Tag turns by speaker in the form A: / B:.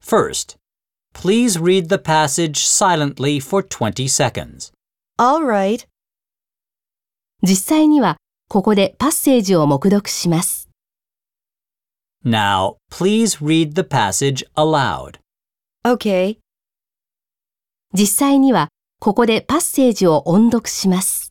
A: First, please read the passage silently for 20 seconds.
B: Alright.
C: 実際にはここでパッセージを目読します。
A: Now, please read the passage aloud.
B: Okay.
C: 実際にはここでパッセージを音読します。